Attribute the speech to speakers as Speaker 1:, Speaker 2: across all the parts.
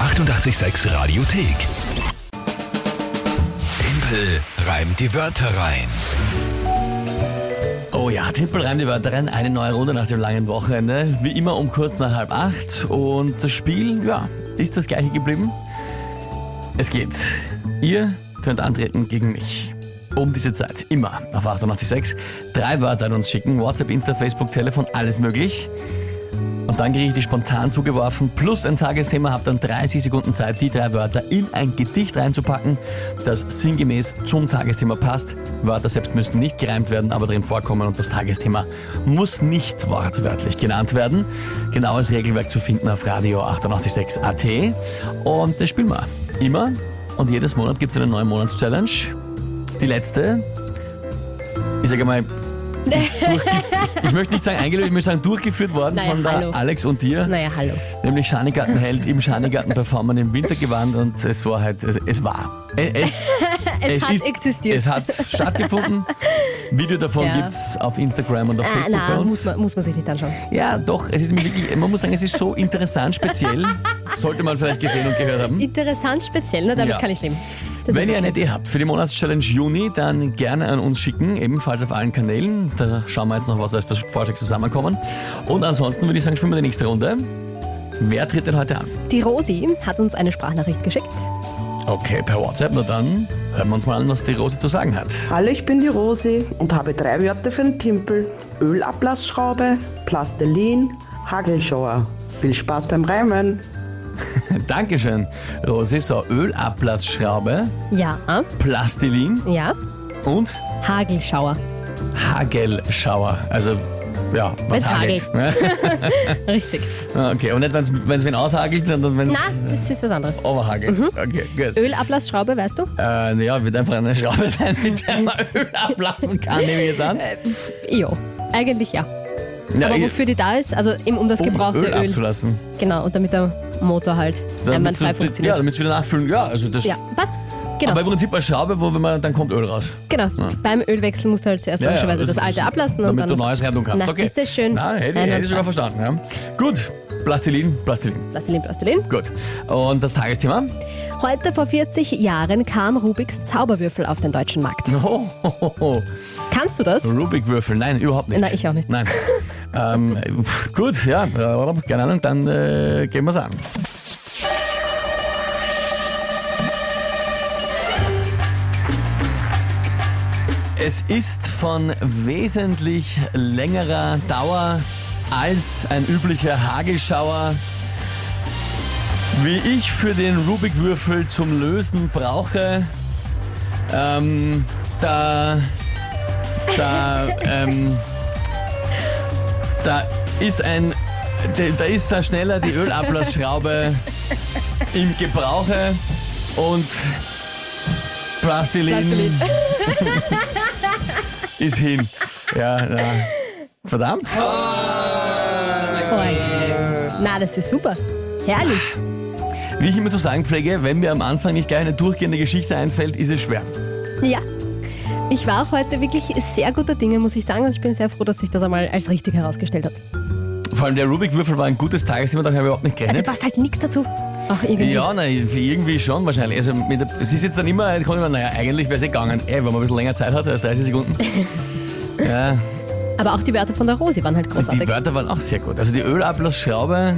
Speaker 1: 886 Radiothek. Tempel reimt die Wörter rein.
Speaker 2: Oh ja, Tippel reimt die Wörter rein. Eine neue Runde nach dem langen Wochenende. Wie immer um kurz nach halb acht. Und das Spiel, ja, ist das gleiche geblieben. Es geht. Ihr könnt antreten gegen mich. Um diese Zeit. Immer. Auf 886. Drei Wörter an uns schicken. WhatsApp, Insta, Facebook, Telefon, alles möglich. Und dann kriege ich die spontan zugeworfen, plus ein Tagesthema, habe dann 30 Sekunden Zeit, die drei Wörter in ein Gedicht reinzupacken, das sinngemäß zum Tagesthema passt. Wörter selbst müssen nicht gereimt werden, aber drin vorkommen und das Tagesthema muss nicht wortwörtlich genannt werden. Genaues Regelwerk zu finden auf Radio 886.at. Und das spielen wir. Immer und jedes Monat gibt es eine neue Monatschallenge. Die letzte, ich sage mal, ist durchgeführt. Ich möchte nicht sagen eingelöst, ich möchte sagen durchgeführt worden
Speaker 3: Naja,
Speaker 2: von der
Speaker 3: hallo.
Speaker 2: Alex und dir.
Speaker 3: Naja, hallo.
Speaker 2: Nämlich Schanigartenheld im Schanigarten-Performance im Wintergewand und es war halt, es, es war. Es, es,
Speaker 3: hat existiert.
Speaker 2: Es hat stattgefunden. Video davon
Speaker 3: Ja.
Speaker 2: gibt's auf Instagram und auf
Speaker 3: Ah,
Speaker 2: Facebook bei
Speaker 3: na,
Speaker 2: uns.
Speaker 3: muss man, muss man sich nicht anschauen.
Speaker 2: Ja, doch, es ist nämlich wirklich, man muss sagen, es ist so interessant, speziell. Sollte man vielleicht gesehen und gehört haben.
Speaker 3: Interessant, speziell, ne? damit
Speaker 2: Ja.
Speaker 3: kann ich leben. Das
Speaker 2: Wenn
Speaker 3: ist
Speaker 2: ihr eine
Speaker 3: okay.
Speaker 2: Idee habt für die Monatschallenge Juni, dann gerne an uns schicken, ebenfalls auf allen Kanälen. Da schauen wir jetzt noch, was als Vorschläge zusammenkommen. Und ansonsten würde ich sagen, spielen wir die nächste Runde. Wer tritt denn heute an?
Speaker 3: Die Rosi hat uns eine Sprachnachricht geschickt.
Speaker 2: Okay, per WhatsApp, na dann hören wir uns mal an, was die Rose zu sagen hat.
Speaker 4: Hallo, ich bin die Rosi und habe drei Wörter für den Timpel. Ölablassschraube, Plastilin, Hagelschauer. Viel Spaß beim Reimen.
Speaker 2: Dankeschön, Rosi. So, Ölablassschraube,
Speaker 3: Ja, ah,
Speaker 2: Plastilin
Speaker 3: ja.
Speaker 2: und
Speaker 3: Hagelschauer.
Speaker 2: Hagelschauer. Also, ja, was
Speaker 3: Wenn's
Speaker 2: hagelt.
Speaker 3: Richtig.
Speaker 2: okay, und nicht, wenn es wen aushagelt, sondern wenn es
Speaker 3: Na, Mhm. das ist was anderes.
Speaker 2: overhagelt. Okay, gut.
Speaker 3: Ölablassschraube, weißt du?
Speaker 2: Äh, ja, wird einfach eine Schraube sein, mit der man Öl ablassen kann, nehme ich jetzt an.
Speaker 3: Ja, eigentlich ja.
Speaker 2: Äh, Ja,
Speaker 3: Äh, Aber
Speaker 2: ich-
Speaker 3: wofür die da ist, also eben um das
Speaker 2: um
Speaker 3: gebrauchte
Speaker 2: Öl,
Speaker 3: Öl.
Speaker 2: abzulassen.
Speaker 3: Genau, und damit der Motor halt
Speaker 2: Damit's-
Speaker 3: einwandfrei
Speaker 2: ja,
Speaker 3: funktioniert.
Speaker 2: damit es wieder nachfüllen. Ja, also das.
Speaker 3: Ja, passt. Genau,
Speaker 2: Aber im Prinzip eine Schraube, wo wenn man, dann kommt Öl raus.
Speaker 3: genau. beim Ölwechsel musst du halt zuerst logischerweise das, alte ablassen und
Speaker 2: damit
Speaker 3: dann.
Speaker 2: du Neues reintun kannst.
Speaker 3: Na,
Speaker 2: okay.
Speaker 3: bitteschön.
Speaker 2: Na, hätte,
Speaker 3: Nein,
Speaker 2: hätte
Speaker 3: nein,
Speaker 2: ich sogar verstanden. Ja. Gut, Plastilin, Plastilin.
Speaker 3: Plastilin, Plastilin.
Speaker 2: Gut. Und das Tagesthema?
Speaker 3: Heute vor 40 Jahren kam Rubiks Zauberwürfel auf den deutschen Markt.
Speaker 2: Oh, oh, oh.
Speaker 3: Kannst du das?
Speaker 2: Rubik-Würfel. Nein, überhaupt nicht.
Speaker 3: Na, ich auch nicht.
Speaker 2: Nein. ähm, pf, gut, ja, äh, keine Ahnung, dann äh, gehen wir's an. Es ist von wesentlich längerer Dauer als ein üblicher Hagelschauer. Wie ich für den Rubik-Würfel zum Lösen brauche, ähm, da, da, ähm, da ist ein, da- da ist da schneller die Ölablassschraube im Gebrauche und Plastilin,
Speaker 3: Plastilin.
Speaker 2: ist hin. Ja, ja. Verdammt.
Speaker 3: Oh, na, das ist super. Herrlich.
Speaker 2: Wie ich immer zu sagen pflege, wenn mir am Anfang nicht gleich eine durchgehende Geschichte einfällt, ist es schwer.
Speaker 3: Ja. Ich war auch heute wirklich sehr guter Dinge, muss ich sagen. Und ich bin sehr froh, dass sich das einmal als richtig herausgestellt hat.
Speaker 2: Vor allem der Rubik-Würfel war ein gutes Tagesthema, da habe ich überhaupt nicht
Speaker 3: Also,
Speaker 2: gerechnet.
Speaker 3: du passt halt nichts dazu. Auch irgendwie.
Speaker 2: Ja, na, irgendwie schon wahrscheinlich. Also mit der, es ist jetzt dann immer, ich immer naja, eigentlich wäre es eh gegangen, eh, wenn man ein bisschen länger Zeit hat als 30 Sekunden. ja,
Speaker 3: Aber auch die Wörter von der Rosi waren halt
Speaker 2: und die
Speaker 3: großartig.
Speaker 2: Wörter waren auch sehr gut. Also die Ölablassschraube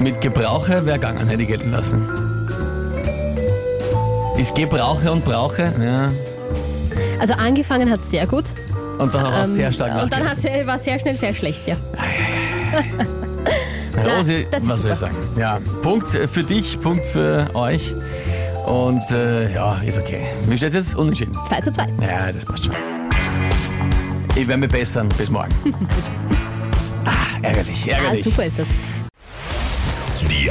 Speaker 2: mit Gebrauche wäre gegangen, hätte ich gelten lassen. Ist Gebrauche und Brauche, ja.
Speaker 3: Also angefangen hat sehr gut.
Speaker 2: Und dann auch
Speaker 3: ähm,
Speaker 2: sehr stark
Speaker 3: Und dann
Speaker 2: nachgelassen.
Speaker 3: hat's- war es sehr schnell sehr schlecht, ja. Na,
Speaker 2: Rosi,
Speaker 3: das ist
Speaker 2: was soll ich
Speaker 3: super.
Speaker 2: sagen? Ja, Punkt äh, für dich, Punkt für euch. Und äh, ja, ist okay. Wie steht jetzt? Unentschieden.
Speaker 3: 2 zu 2.
Speaker 2: Ja, das passt schon. Ich werde mich bessern. Bis morgen. ah, ärgerlich,
Speaker 3: Ah,
Speaker 2: ärgerlich.
Speaker 3: super ist das.
Speaker 1: Die